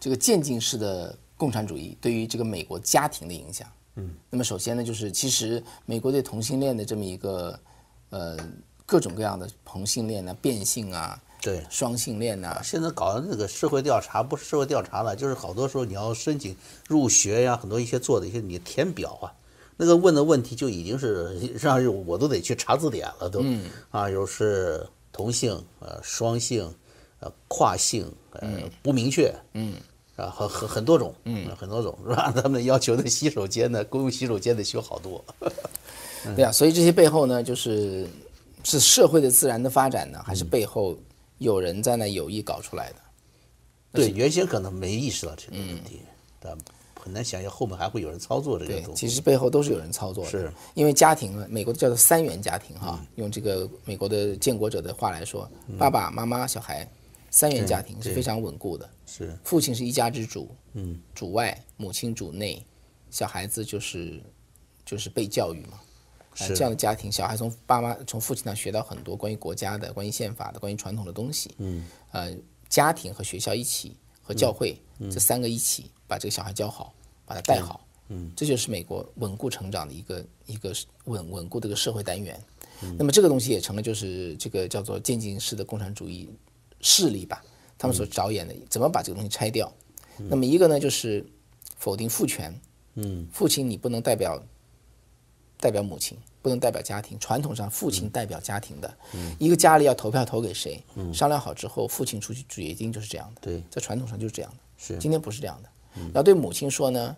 这个渐进式的共产主义对于这个美国家庭的影响。嗯，那么首先呢，就是其实美国对同性恋的这么一个呃各种各样的同性恋啊、变性啊、对，双性恋啊呐、现在搞那个社会调查，不是社会调查了，就是好多时候你要申请入学呀，很多一些做的一些你填表啊，那个问的问题就已经是 让我都得去查字典了都，啊，有是同性、呃双性、呃跨性、呃不明确，嗯。啊，很很很多种，嗯，很多种是 吧？他们要求的洗手间呢，公用洗手间得修好多。对啊，所以这些背后呢，就是是社会的自然的发展呢，还是背后有人在那有意搞出来的？对，嗯原先可能没意识到这个问题，但很难想象后面还会有人操作这个对，东西。其实背后都是嗯有人操作的。是，因为家庭呢，美国叫做三元家庭哈，用这个美国的建国者的话来说，爸爸妈妈、小孩，三元家庭是非常稳固的。是父亲是一家之主，嗯，主外，母亲主内，小孩子就是就是被教育嘛。呃、这样的家庭，小孩从爸妈从父亲那学到很多关于国家的、关于宪法的、关于传统的东西。嗯，呃，家庭和学校一起和教会、这三个一起把这个小孩教好，把他带好。嗯，这就是美国稳固成长的一个一个稳稳固的一个社会单元。那么这个东西也成了就是这个叫做渐进式的共产主义势力吧，他们所着眼的怎么把这个东西拆掉。嗯那么一个呢就是否定父权，嗯，父亲你不能代表代表母亲，不能代表家庭。传统上，父嗯亲代表家庭的，一个家里要投票投给谁，商量好之后，父亲出去决定就是这样的。嗯对在传统上就是这样的。是嗯今天不是这样的。然后对母亲说呢，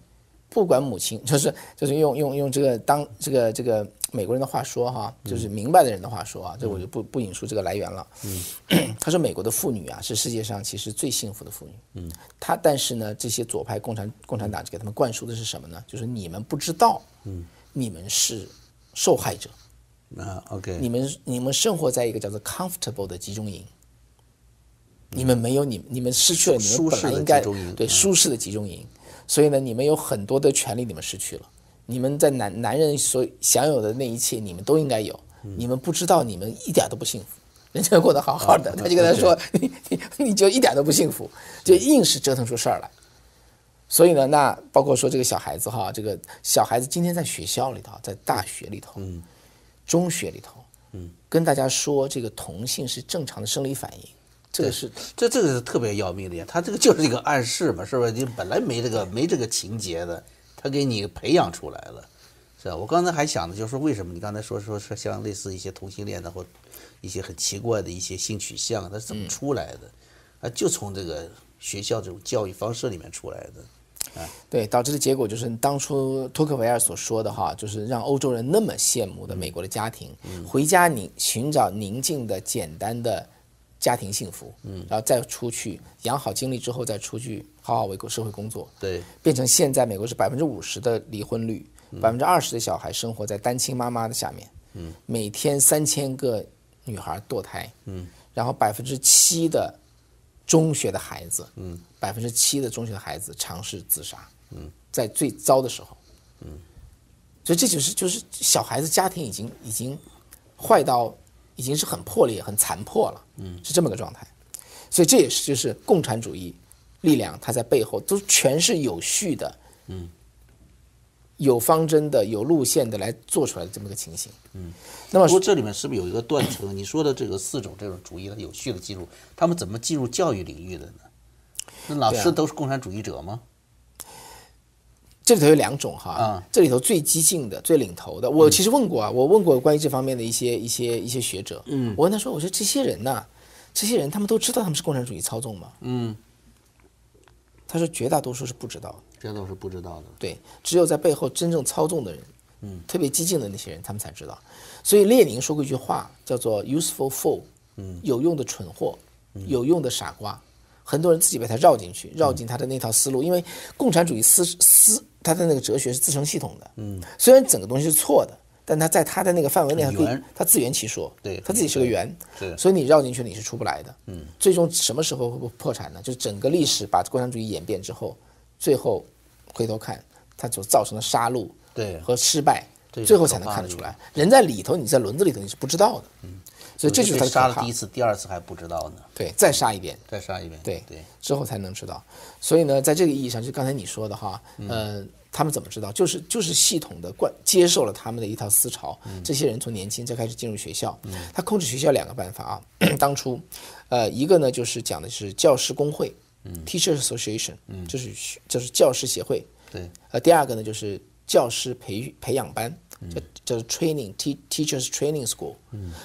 不管母亲， 就是就是用用用这个当这个这个美国人的话说哈，嗯就是明白的人的话说啊，这我就不不引述这个来源了。他说美国的妇女啊是世界上其实最幸福的妇女。嗯，他但是呢，这些左派共产共产党给他们灌输的是什么呢？就是你们不知道，嗯，你们是受害者，啊，OK，你们你们生活在一个叫做 comfortable 的集中营。你们没有你，你们失去了你嗯舒们本来舒适的应该集中营嗯对舒适的集中营，所以呢，你们有很多的权利你们失去了，你们在男男人所享有的那一切你们都应该有，嗯你们不知道你们一点都不幸福，人家过得好好的，他就跟他说你 你你就一点都不幸福，就硬是折腾出事儿来。所以呢，那包括说这个小孩子哈，这个小孩子今天在学校里头，在大学里头，中学里头，跟大家说这个同性是正常的生理反应，这个是这这个是特别要命的呀，他这个就是一个暗示嘛，是不是？你本来没这个没这个情节的，他给你培养出来了，是吧？我刚才还想的就是为什么你刚才说说是像类似一些同性恋的或一些很奇怪的一些性取向，它是怎么出来的？啊，就从这个学校这种教育方式里面出来的。对，导致的结果就是当初托克维尔所说的哈，就是让欧洲人那么羡慕的美国的家庭，回家宁寻找宁静的、简单的家庭幸福，嗯，然后再出去养好精力之后再出去好好为国社会工作，对，变成现在美国是百分之五十的离婚率，百分之二十的小孩生活在单亲妈妈的下面，嗯，每天三千个女孩堕胎，嗯，然后百分之七的中学的孩子，嗯，百分之七的中学的孩子尝试自杀，嗯，在最糟的时候，嗯，所以这就是就是小孩子家庭已经已经坏到已经是很破裂、很残破了，嗯，是这么个状态，所以这也是就是共产主义力量它在背后都全是有序的，嗯，有方针的、有路线的来做出来的这么个情形，嗯，那么不过这里面是不是有一个断层？你说的这个四种这种主义，它有序的进入，他们怎么进入教育领域的呢？那老对啊师都是共产主义者吗？这里头有两种哈，啊这里头最激进的、最领头的，我其实问过啊，我问过关于这方面的一些一些一些学者，嗯，我问他说，我说这些人呐、这些人他们都知道他们是共产主义操纵吗？嗯，他说绝大多数是不知道的，这都是不知道的。对，只有在背后真正操纵的人，嗯，特别激进的那些人，他们才知道。所以列宁说过一句话，叫做 “useful fool”，嗯，有用的蠢货，有用的傻瓜。很多人自己被他绕进去，绕进他的那套思路，因为共产主义思思他的那个哲学是自成系统的，嗯，虽然整个东西是错的，但他在他的那个范围内，他可以圆他自圆其说，对他自己是个圆，是所以你绕进去了你是出不来的，嗯，最终什么时候会破产呢？就是整个历史把共产主义演变之后，最后回头看它所造成的杀戮对和失败，这是最后才能可怕看的得出一嗯来。人在里头，你在轮子里头你是不知道的，所以这就是被杀他的了可怕第一。次、第二次还不知道呢，对，再杀一遍，再杀一遍。对对，之后才能知道。所以呢，在这个意义上，就刚才你说的哈，呃，他们怎么知道？就是就是系统的灌接受了他们的一套思潮。这些人从年轻就开始进入学校，他控制学校两个办法啊。 当初，呃，一个呢就是讲的是教师工会，t e a c h e r Association，就是学就是教师协会。对，呃，第二个呢就是教师培育培养班，嗯叫叫做 training te teachers training school，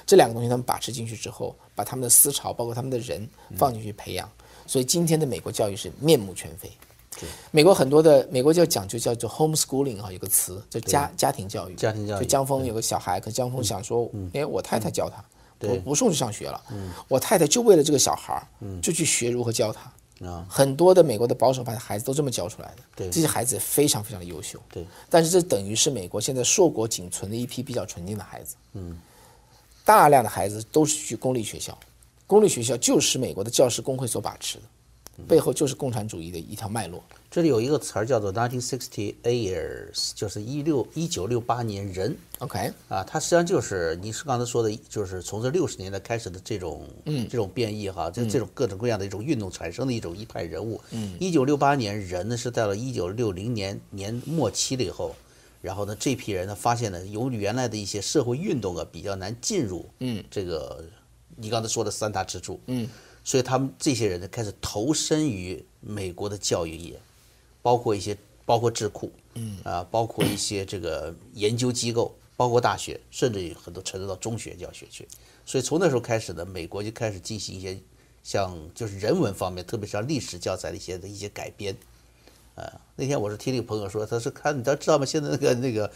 这两个东西他们把持进去之后，把他们的思潮包括他们的人嗯放进去培养，所以今天的美国教育是面目全非。美国很多的美国就讲究叫做 homeschooling 哈，有个词就家家庭教育，家庭教育嗯就江峰有个小孩，可江峰想说，哎，我太太教他，我不送去上学了，嗯我太太就为了这个小孩儿，就去学如何教他。啊，很多的美国的保守派的孩子都这么教出来的，对这些孩子非常非常的优秀，对，但是这等于是美国现在硕果仅存的一批比较纯净的孩子，嗯，大量的孩子都是去公立学校，公立学校就是美国的教师工会所把持嗯的，背后就是共产主义的一条脉络，这里有一个词儿叫做 nineteen sixty years，就是一六一九六八年人 OK，啊，它实际上就是你是刚才说的，就是从这六十年代开始的这种，嗯，这种变异哈，这这种各种各样的一种运动产生的一种一派人物。嗯，一九六八年人呢是到了一九六零年年末期了以后，然后呢这批人呢发现呢，由于原来的一些社会运动啊比较难进入，嗯，这个你刚才说的三大支柱，嗯，所以他们这些人呢开始投身于美国的教育业，包括一些包括智库，嗯啊，包括一些这个研究机构，包括大学，甚至于很多沉入到中学教学去。所以从那时候开始呢，美国就开始进行一些像就是人文方面，特别是像历史教材的一些的一些改编。啊，那天我是听那个朋友说，他说看你知道知道吗？现在那个那个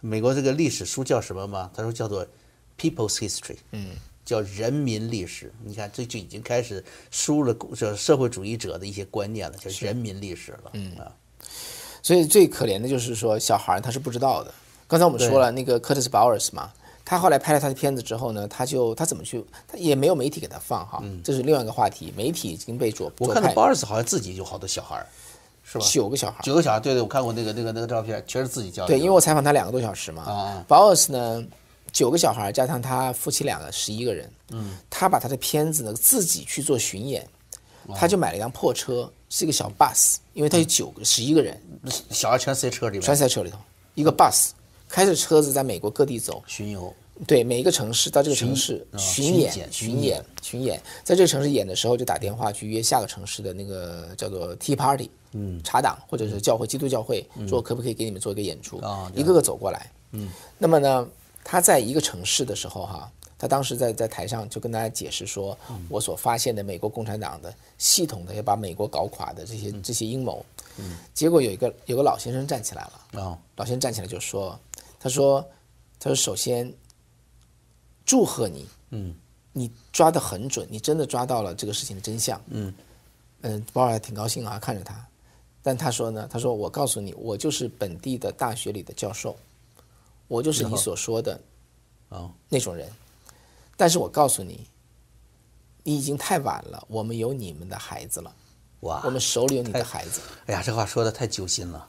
美国这个历史书叫什么吗？他说叫做 People's History，嗯，叫人民历史。你看这就已经开始输了这社会主义者的一些观念了，叫人民历史了，嗯啊。所以最可怜的就是说，小孩儿他是不知道的。刚才我们说了那个科特斯·鲍尔斯嘛，他后来拍了他的片子之后呢，他就他怎么去，他也没有媒体给他放哈，这是另外一个话题。媒体已经被左嗯我左看到派鲍尔斯好像自己有好多小孩儿，是吧？九个小孩儿，九个小孩，对对，我看过那个那个那个照片，全是自己教的。对，因为我采访他两个多小时嘛啊。鲍尔斯呢，九个小孩儿加上他夫妻两个，十一个人。嗯，他把他的片子呢自己去做巡演，他就买了一辆破车，是一个小 bus，因为嗯他有九个十一个人，小孩全塞车里全边是在车里头，一个 bus 开着车子在美国各地走，巡游，对每一个城市到这个城市啊巡巡演、检巡巡演、巡演，在这个城市演的时候就打电话去约下个城市的那个叫做 Tea Party，嗯，茶党或者是教会基督教会，说可不可以给你们做一个演出啊，一个个走过来，嗯，那么呢，他在一个城市的时候哈、他当时在在台上就跟大家解释说，我所发现的美国共产党的系统的要把美国搞垮的这些这些阴谋，嗯，结果有一个有个老先生站起来了，啊，老先生站起来就说：“他说，他说首先祝贺你，嗯，你抓得很准，你真的抓到了这个事情的真相，嗯，嗯，鲍尔挺高兴啊，看着他，但他说呢，他说我告诉你，我就是本地的大学里的教授，我就是你所说的哦那种人，但是我告诉你，你已经太晚了，我们有你们的孩子了，哇我！们手里有你的孩子。”哎呀，这话说的太揪心了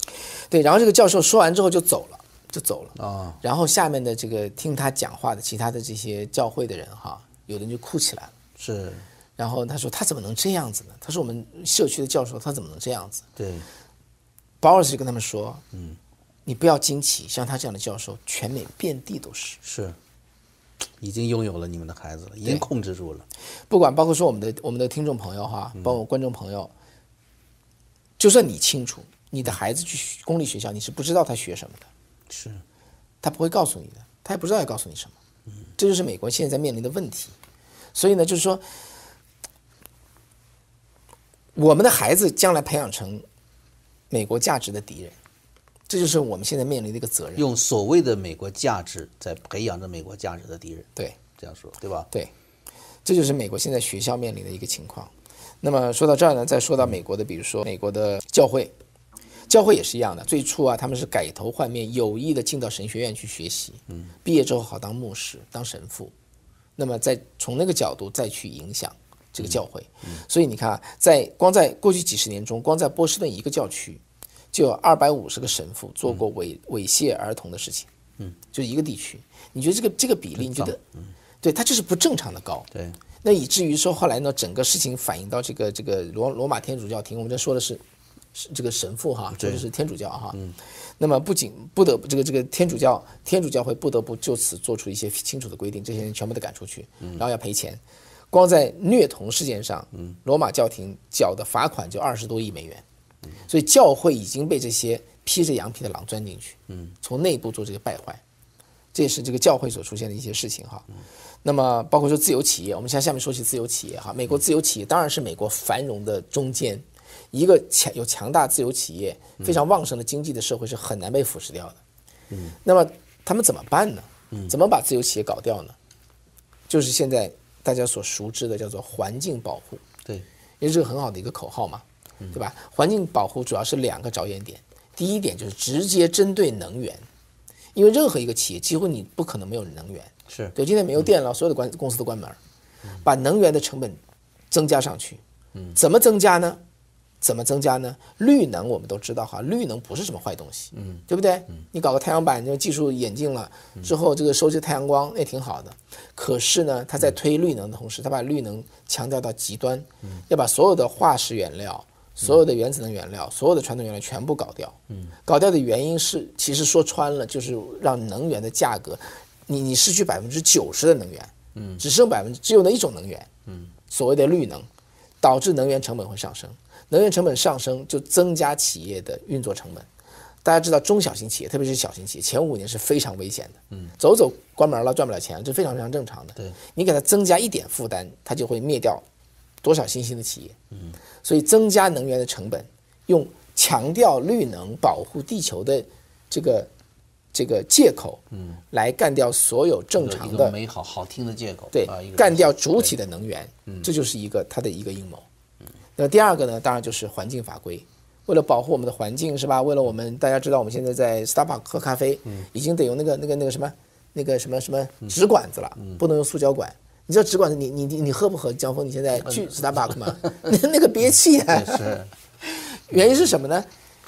对，然后这个教授说完之后就走了，就走了。啊！然后下面的这个听他讲话的其他的这些教会的人哈，有的人就哭起来了。是，然后他说他怎么能这样子呢？他说我们社区的教授他怎么能这样子？对，保尔斯就跟他们说，嗯，你不要惊奇，像他这样的教授，全美遍地都是。是，已经拥有了你们的孩子了，已经控制住了。不管包括说我们的我们的听众朋友哈，包括观众朋友，就算你清楚你的孩子去公立学校，你是不知道他学什么的，是，他不会告诉你的，他也不知道要告诉你什么。这就是美国现在面临的问题。所以呢，就是说，我们的孩子将来培养成美国价值的敌人，这就是我们现在面临的一个责任。用所谓的美国价值在培养着美国价值的敌人，对这样说对吧？对，这就是美国现在学校面临的一个情况。那么说到这儿呢，再说到美国的，比如说美国的教会，教会也是一样的。最初啊，他们是改头换面，有意的进到神学院去学习，嗯，毕业之后好当牧师、当神父，那么再从那个角度再去影响这个教会。所以你看啊，在光在过去几十年中，光在波士顿一个教区，就有二百五十个神父做过猥猥亵儿童的事情，嗯，就一个地区。你觉得这个这个比例，你觉得？对，它就是不正常的高。对，那以至于说后来呢，整个事情反映到这个这个罗罗马天主教廷，我们这说的是是这个神父哈，说的是天主教哈。嗯。那么不仅不得不这个这个天主教天主教会不得不就此做出一些清楚的规定，这些人全部得赶出去，然后要赔钱。光在虐童事件上，罗马教廷缴的罚款就二十多亿美元，所以教会已经被这些披着羊皮的狼钻进去，从内部做这个败坏，这也是这个教会所出现的一些事情哈。那么包括说自由企业，我们现在下面说起自由企业哈，美国自由企业当然是美国繁荣的中间，一个强有强大自由企业非常旺盛的经济的社会是很难被腐蚀掉的。那么他们怎么办呢？怎么把自由企业搞掉呢？就是现在。大家所熟知的叫做环境保护，对，因为这个很好的一个口号嘛，对吧？环境保护主要是两个着眼点，第一点就是直接针对能源，因为任何一个企业几乎你不可能没有能源，是对，今天没有电了，所有的关公司都关门，把能源的成本增加上去，嗯，怎么增加呢？怎么增加呢？绿能我们都知道哈，绿能不是什么坏东西，嗯，对不对？你搞个太阳板，就技术演进了之后，这个收集太阳光也挺好的。可是呢，它在推绿能的同时，它把绿能强调到极端，要把所有的化石原料、所有的原子能原料、所有的传统原料全部搞掉。嗯，搞掉的原因是，其实说穿了就是让能源的价格，你你失去百分之九十的能源，嗯，只剩百分之只有那一种能源，嗯，所谓的绿能，导致能源成本会上升。能源成本上升就增加企业的运作成本。大家知道，中小型企业，特别是小型企业，前五年是非常危险的。嗯，走走关门了，赚不了钱，这非常非常正常的。对，你给它增加一点负担，它就会灭掉多少新兴的企业。嗯，所以增加能源的成本，用强调绿能、保护地球的这个这个借口，嗯，来干掉所有正一常个的美好好听的借口，对啊，一个，干掉主体的能源，这就是一个它的一个阴谋。嗯那第二个呢，当然就是环境法规，为了保护我们的环境是吧？为了我们大家知道我们现在在 Starbucks 喝咖啡，已经得用那个那个那个什么那个什么什么纸管子了，不能用塑胶管。你知道纸管子，你你你你喝不喝？江峰，你现在去 Starbucks 吗？那那个憋气啊！对是原因是什么呢？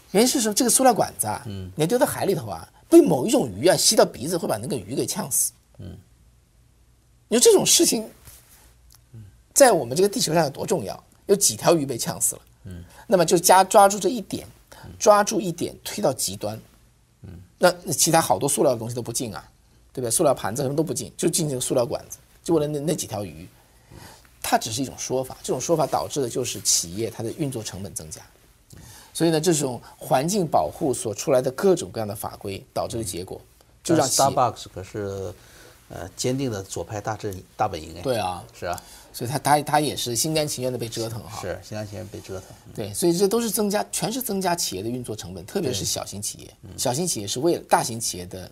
原因是什么？这个塑料管子啊，你要丢到海里头啊，被某一种鱼啊吸到鼻子，会把那个鱼给呛死。嗯，你说这种事情，在我们这个地球上有多重要？有几条鱼被呛死了？嗯，那么就加抓住这一点，抓住一点推到极端。嗯，那那其他好多塑料的东西都不进啊，对不对？塑料盘子什么都不进，就进这个塑料管子，就为了那那几条鱼。它只是一种说法，这种说法导致的就是企业它的运作成本增加。嗯所以呢，这种环境保护所出来的各种各样的法规导致的结果，就让但企业 Starbucks 可是呃坚定的左派大阵大本营哎，对啊，是啊，所以他他他也是心甘情愿的被折腾哈。是新疆前被折腾，对，所以这都是增加，全是增加企业的运作成本，特别是小型企业。小型企业是为了大型企业的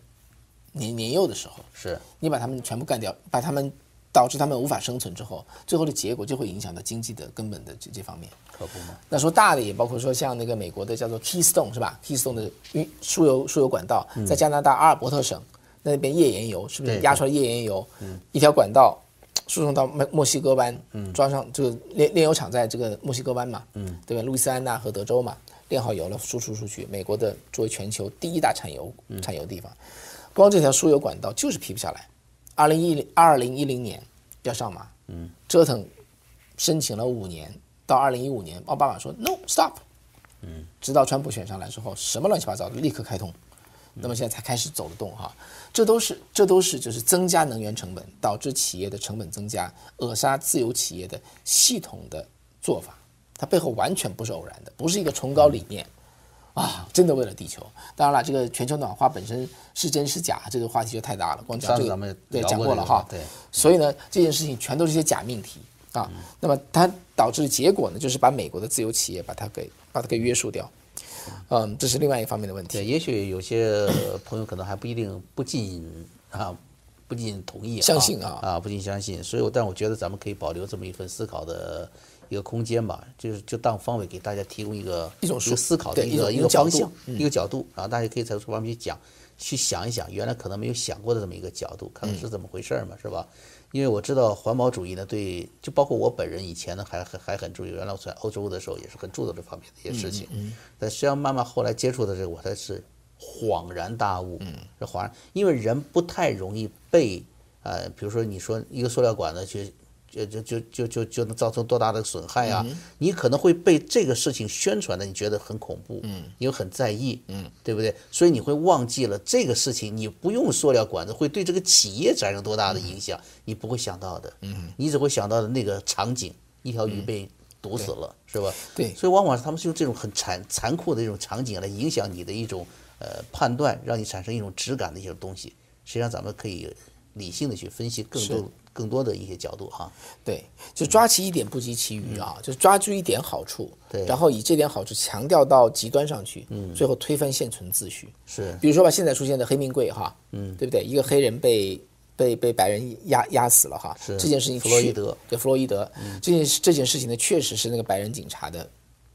年年幼的时候，是你把他们全部干掉，把他们导致他们无法生存之后，最后的结果就会影响到经济的根本的这这方面。可不嘛，那说大的也包括说像那个美国的叫做 Keystone 是吧？Keystone 的运输油输油管道，在加拿大阿尔伯特省那边页岩油是不是嗯对嗯压出来页岩油？一条管道输送到墨墨西哥湾，装上这个炼炼油厂在这个墨西哥湾嘛，嗯对吧？路易斯安那和德州嘛，炼好油了输出出去，美国的作为全球第一大产油嗯产油地方，光这条输油管道就是批不下来。二零一零二零一零年要上马，折腾申请了五年，到二零一五年，奥巴马说 no stop，嗯，直到川普选上来之后，什么乱七八糟的立刻开通，嗯那么现在才开始走得动哈，这都是这都是就是增加能源成本，导致企业的成本增加，扼杀自由企业的系统的做法，它背后完全不是偶然的，不是一个崇高理念。嗯啊，真的为了地球。当然了，这个全球暖化本身是真是假，这个话题就太大了。光讲上这次个，咱们也对聊讲过过这了个哈。对所以呢，这件事情全都是一些假命题啊。那么它导致的结果呢，就是把美国的自由企业把它给把它给约束掉。嗯，这是另外一方面的问对，题。也许有些呃朋友可能还不一定不尽啊，不尽同意、啊，相信啊啊，不尽相信。所以我，但我觉得咱们可以保留这么一份思考的一个空间吧，就是就当方位给大家提供一个一种个说思考的对一一个种一一个种角方度嗯向、一个角度，然后大家可以在这方面去讲，去想一想，原来可能没有想过的这么一个角度，嗯看看是怎么回事儿嘛，是吧？因为我知道环保主义呢，对，就包括我本人以前呢，还还还很注意。原来我在欧洲的时候，也是很注重这方面的一些事情。嗯嗯但实际上，慢慢后来接触的这个，我才是恍然大悟。嗯，是恍然，因为人不太容易被呃，比如说你说一个塑料管子去。就就就就就就能造成多大的损害啊！你可能会被这个事情宣传的，你觉得很恐怖，嗯，你又很在意，嗯，对不对？所以你会忘记了这个事情，你不用塑料管子会对这个企业产生多大的影响，你不会想到的，嗯，你只会想到的那个场景，一条鱼被毒死了，是吧？对所以往往是他们是用这种很残残酷的一种场景来影响你的一种呃判断，让你产生一种质感的一种东西。实际上，咱们可以理性的去分析更多更多的一些角度哈、对，就抓其一点不及其余啊，就抓住一点好处，嗯对然后以这点好处强调到极端上去，嗯，最后推翻现存秩序。是比如说吧，现在出现的黑命贵哈，嗯，对不对？一个黑人被被被白人压压死了哈，这件事情弗洛伊确德嗯对弗洛伊德，这件事这件事情呢，确实是那个白人警察的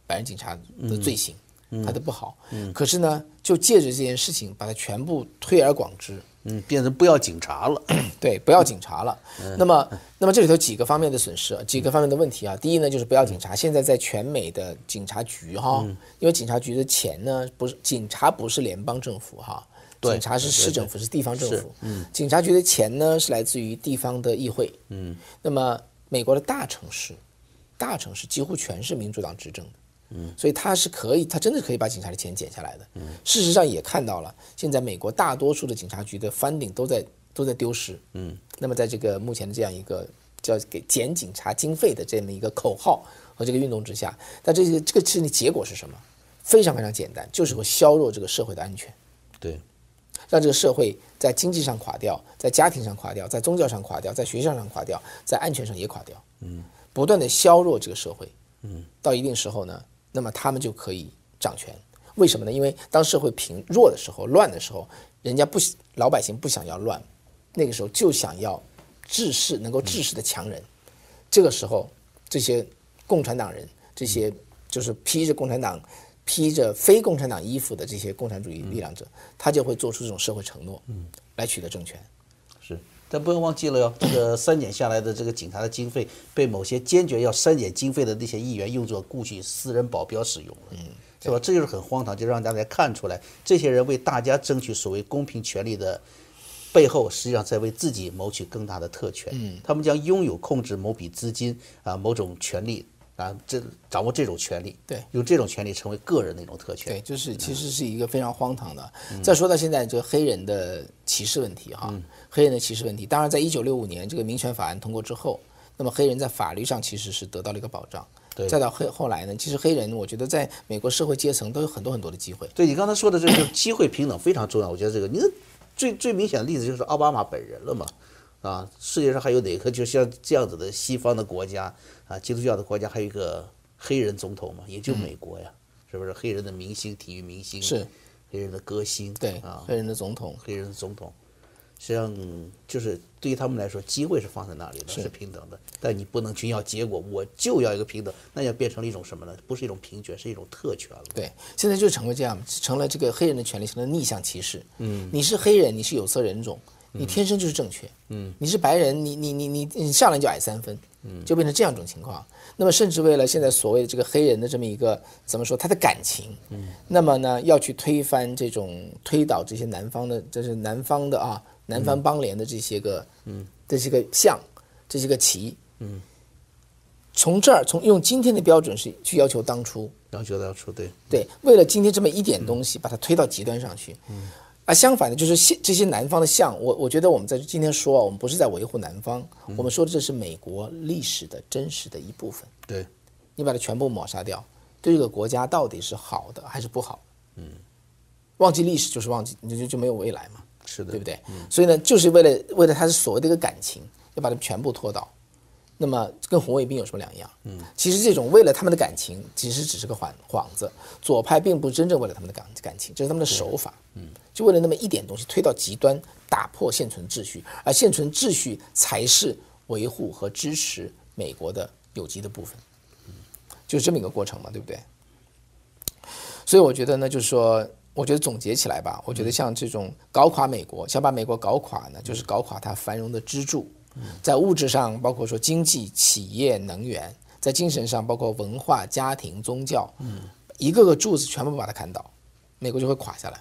白人警察的罪行，嗯他的不好，可是呢，就借着这件事情把它全部推而广之，嗯，变成不要警察了，对，不要警察了。那么，那么这里头几个方面的损失啊，几个方面的问题啊。第一呢，就是不要警察。现在在全美的警察局哈，因为警察局的钱呢，不是警察不是联邦政府哈，警察是市政府，是地方政府。嗯，警察局的钱呢是来自于地方的议会。嗯，那么美国的大城市，大城市几乎全是民主党执政的。嗯，所以他是可以，他真的可以把警察的钱减下来的。嗯，事实上也看到了，现在美国大多数的警察局的 funding 都在都在丢失。嗯，那么在这个目前的这样一个叫给减警察经费的这么一个口号和这个运动之下，但这个这个事情的结果是什么？非常非常简单，就是会削弱这个社会的安全。对，让这个社会在经济上垮掉，在家庭上垮掉，在宗教上垮掉，在学校上垮掉，在安全上也垮掉。嗯，不断的削弱这个社会。嗯，到一定时候呢，那么他们就可以掌权。为什么呢？因为当社会贫弱的时候、乱的时候，人家不喜老百姓不想要乱，那个时候就想要治世能够治世的强人。这个时候，这些共产党人，这些就是披着共产党、披着非共产党衣服的这些共产主义力量者，他就会做出这种社会承诺，嗯，来取得政权。是，但不要忘记了哟，这个删减下来的这个警察的经费，被某些坚决要删减经费的那些议员用作雇去私人保镖使用了，嗯，是吧？这就是很荒唐，就让大家看出来，这些人为大家争取所谓公平权利的背后，实际上在为自己谋取更大的特权。嗯，他们将拥有控制某笔资金啊、某种权利啊，这掌握这种权利，对用这种权利成为个人的一种特权。对，就是其实是一个非常荒唐的。再说到现在这个黑人的歧视问题哈，黑人的歧视问题，当然在一九六五年这个民权法案通过之后，那么黑人在法律上其实是得到了一个保障。对再到黑后来呢，其实黑人我觉得在美国社会阶层都有很多很多的机会。对你刚才说的这个机会平等非常重要，我觉得这个你看最最明显的例子就是奥巴马本人了嘛，啊，世界上还有哪个就像这样子的西方的国家啊，基督教的国家还有一个黑人总统嘛，也就美国呀，是不是？黑人的明星，体育明星是，黑人的歌星，对，啊，黑人的总统，黑人的总统，实际上就是对于他们来说，机会是放在那里的，是平等的，但你不能去要结果，我就要一个平等，那要变成了一种什么呢？不是一种平权，是一种特权了。对，现在就成为这样，成了这个黑人的权利成了逆向歧视。嗯，你是黑人，你是有色人种，你天生就是正确。嗯，你是白人，你你你你你上来就矮三分，嗯，就变成这样一种情况。那么甚至为了现在所谓的这个黑人的这么一个怎么说他的感情，嗯，那么呢要去推翻这种推倒这些南方的，这是南方的啊，南方邦联的这些个，嗯，这些个像，这些个旗，嗯，从这儿从用今天的标准是去要求当初，然后觉得要出对。对，为了今天这么一点东西，把它推到极端上去。嗯，而相反的，就是现这些南方的像，我我觉得我们在今天说啊，我们不是在维护南方，我们说的这是美国历史的真实的一部分。对，你把它全部抹杀掉，对这个国家到底是好的还是不好的？嗯，忘记历史就是忘记，你就就没有未来嘛，是的，对不对？所以呢，就是为了为了他是所谓的一个感情，要把它们全部拖倒。那么跟红卫兵有什么两样？嗯，其实这种为了他们的感情，其实只是个幌幌子。左派并不真正为了他们的感感情，这是他们的手法。嗯，就为了那么一点东西推到极端，打破现存秩序，而现存秩序才是维护和支持美国的有机的部分。就是这么一个过程嘛，对不对？所以我觉得呢，就是说，我觉得总结起来吧，我觉得像这种搞垮美国，想把美国搞垮呢，就是搞垮它繁荣的支柱，在物质上包括说经济、企业、能源，在精神上包括文化、家庭、宗教，一个个柱子全部把它砍倒，美国就会垮下来。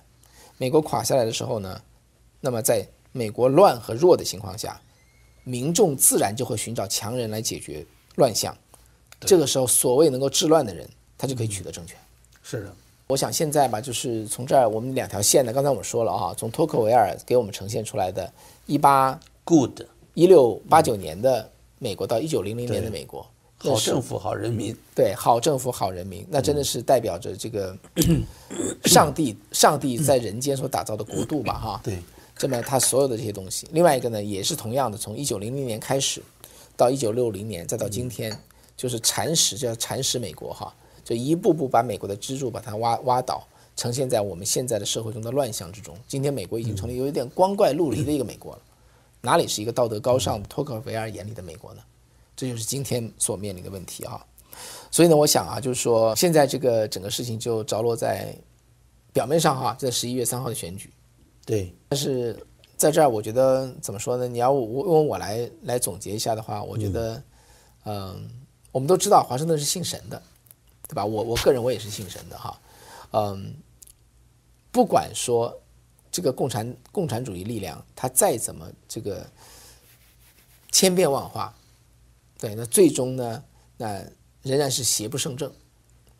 美国垮下来的时候呢，那么在美国乱和弱的情况下，民众自然就会寻找强人来解决乱象。这个时候，所谓能够治乱的人，他就可以取得政权。是的，我想现在吧，就是从这儿我们两条线呢，刚才我们说了啊，从托克维尔给我们呈现出来的，一八 good 一六八九年的美国到一九零零年的美国，好政府好人民，对，好政府好人民，那真的是代表着这个上帝上帝在人间所打造的国度吧，哈。对，这么他所有的这些东西，另外一个呢，也是同样的，从一九零零年开始，到一九六零年，再到今天，就是蚕食，叫蚕食美国哈，就一步步把美国的支柱把它挖挖倒，呈现在我们现在的社会中的乱象之中。今天美国已经成了有一点光怪陆离的一个美国了，哪里是一个道德高尚的托克维尔眼里的美国呢？这就是今天所面临的问题啊。所以呢，我想啊，就是说现在这个整个事情就着落在表面上哈，在十一月三号的选举。对，但是在这儿，我觉得怎么说呢？你要我用我来来总结一下的话，我觉得，嗯、我们都知道华盛顿是信神的，对吧？我我个人我也是信神的哈，嗯，不管说这个共产共产主义力量它再怎么这个千变万化，对，那最终呢，那仍然是邪不胜正，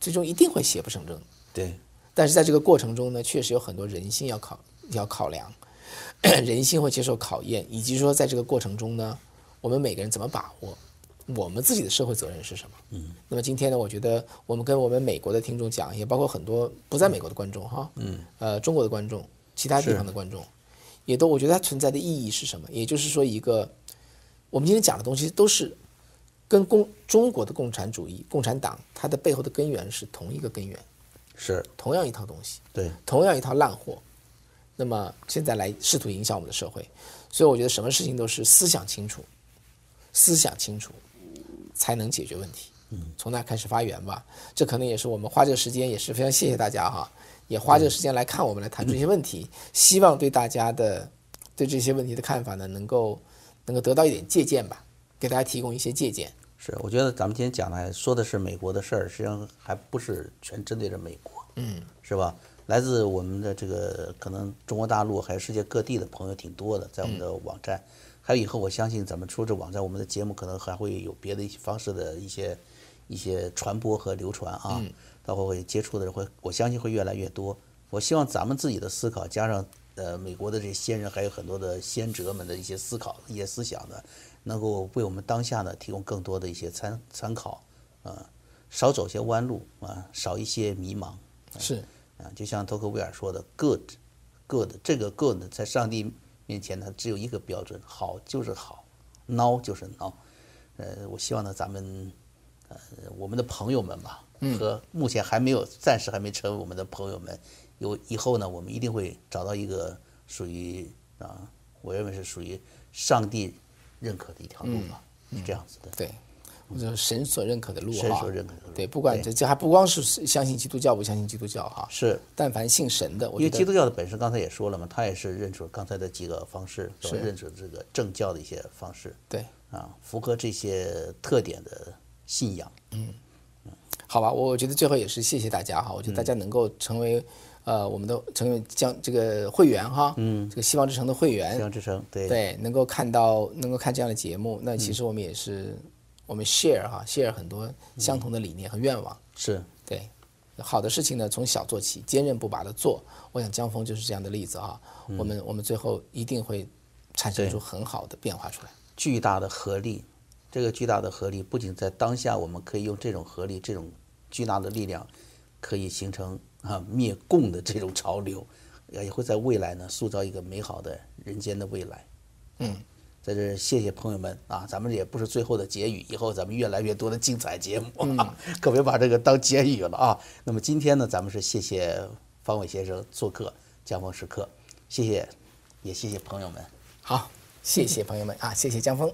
最终一定会邪不胜正的。对，但是在这个过程中呢，确实有很多人性要考要考量， 人性会接受考验，以及说在这个过程中呢，我们每个人怎么把握我们自己的社会责任是什么？嗯，那么今天呢，我觉得我们跟我们美国的听众讲，也包括很多不在美国的观众哈，嗯，呃，中国的观众，其他地方的观众，也都我觉得它存在的意义是什么？也就是说，一个我们今天讲的东西都是跟共中国的共产主义、共产党它的背后的根源是同一个根源，是，同样一套东西。对，同样一套烂货，那么现在来试图影响我们的社会，所以我觉得什么事情都是思想清楚，思想清楚才能解决问题。嗯，从那开始发源吧，这可能也是我们花这个时间，也是非常谢谢大家哈，也花这个时间来看我们来谈这些问题，希望对大家的对这些问题的看法呢，能够能够得到一点借鉴吧，给大家提供一些借鉴。是，我觉得咱们今天讲的还说的是美国的事儿，实际上还不是全针对着美国，嗯，是吧？来自我们的这个可能中国大陆还有世界各地的朋友挺多的，在我们的网站，还有以后我相信咱们出这网站，我们的节目可能还会有别的一些方式的一些一些传播和流传啊，到时候会接触的人会，我相信会越来越多。我希望咱们自己的思考，加上呃美国的这些先人，还有很多的先哲们的一些思考、一些思想呢，能够为我们当下呢提供更多的一些参参考，啊，少走些弯路啊，少一些迷茫。是，啊，就像托克维尔说的，good，good，这个 good 在上帝面前呢，只有一个标准，好就是好孬就是孬。呃，我希望呢，咱们，呃，我们的朋友们吧，嗯和目前还没有，暂时还没成为我们的朋友们，有以后呢，我们一定会找到一个属于啊，我认为是属于上帝认可的一条嗯路吧，是这样子的。对，就是神所认可的路神哈所认可的路对，不管这这还不光是相信基督教不相信基督教哈，是，但凡信神的，我因觉为基得督教的本身刚才也说了嘛，它也是认准刚才的几个方式，是吧是认准这个正教的一些方式对。啊，符合这些特点的信仰。好吧，我我觉得最后也是谢谢大家哈，我嗯觉得大家能够成为，呃，我们的成为将这个会员哈，嗯，这个希望之城的会信员，仰之嗯声，对对，能够看到能够看这样的节目，那其实我们也是、我们 share 哈，share 很嗯多相同的理念和愿望，是对，好的事情呢从小做起，坚韧不拔的做，我想江峰就是这样的例子哈，我们我们最后一定会产生嗯对出很好的变化出来，巨大的合力。这个巨大的合力不仅在当下，我们可以用这种合力、这种巨大的力量，可以形成啊灭共的这种潮流， 呃也会在未来呢塑造一个美好的人间的未来。嗯，在这儿谢谢朋友们啊，咱们也不是最后的结语，以后咱们越来越多的精彩节目、啊，可别把这个当结语了啊。那么今天呢，咱们是谢谢方伟先生做客江峰时刻，谢谢，也谢谢朋友们。好，谢谢朋友们啊，谢谢江峰。